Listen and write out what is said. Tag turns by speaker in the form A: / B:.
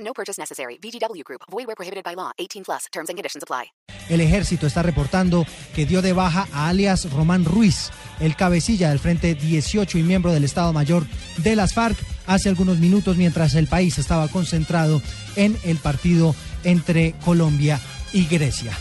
A: No purchase necessary. VGW Group. Void where prohibited by law. 18 plus. Terms and conditions apply.
B: El ejército está reportando que dio de baja a alias Román Ruiz, el cabecilla del Frente 18 y miembro del Estado Mayor de las FARC, hace algunos minutos mientras el país estaba concentrado en el partido entre Colombia y Grecia.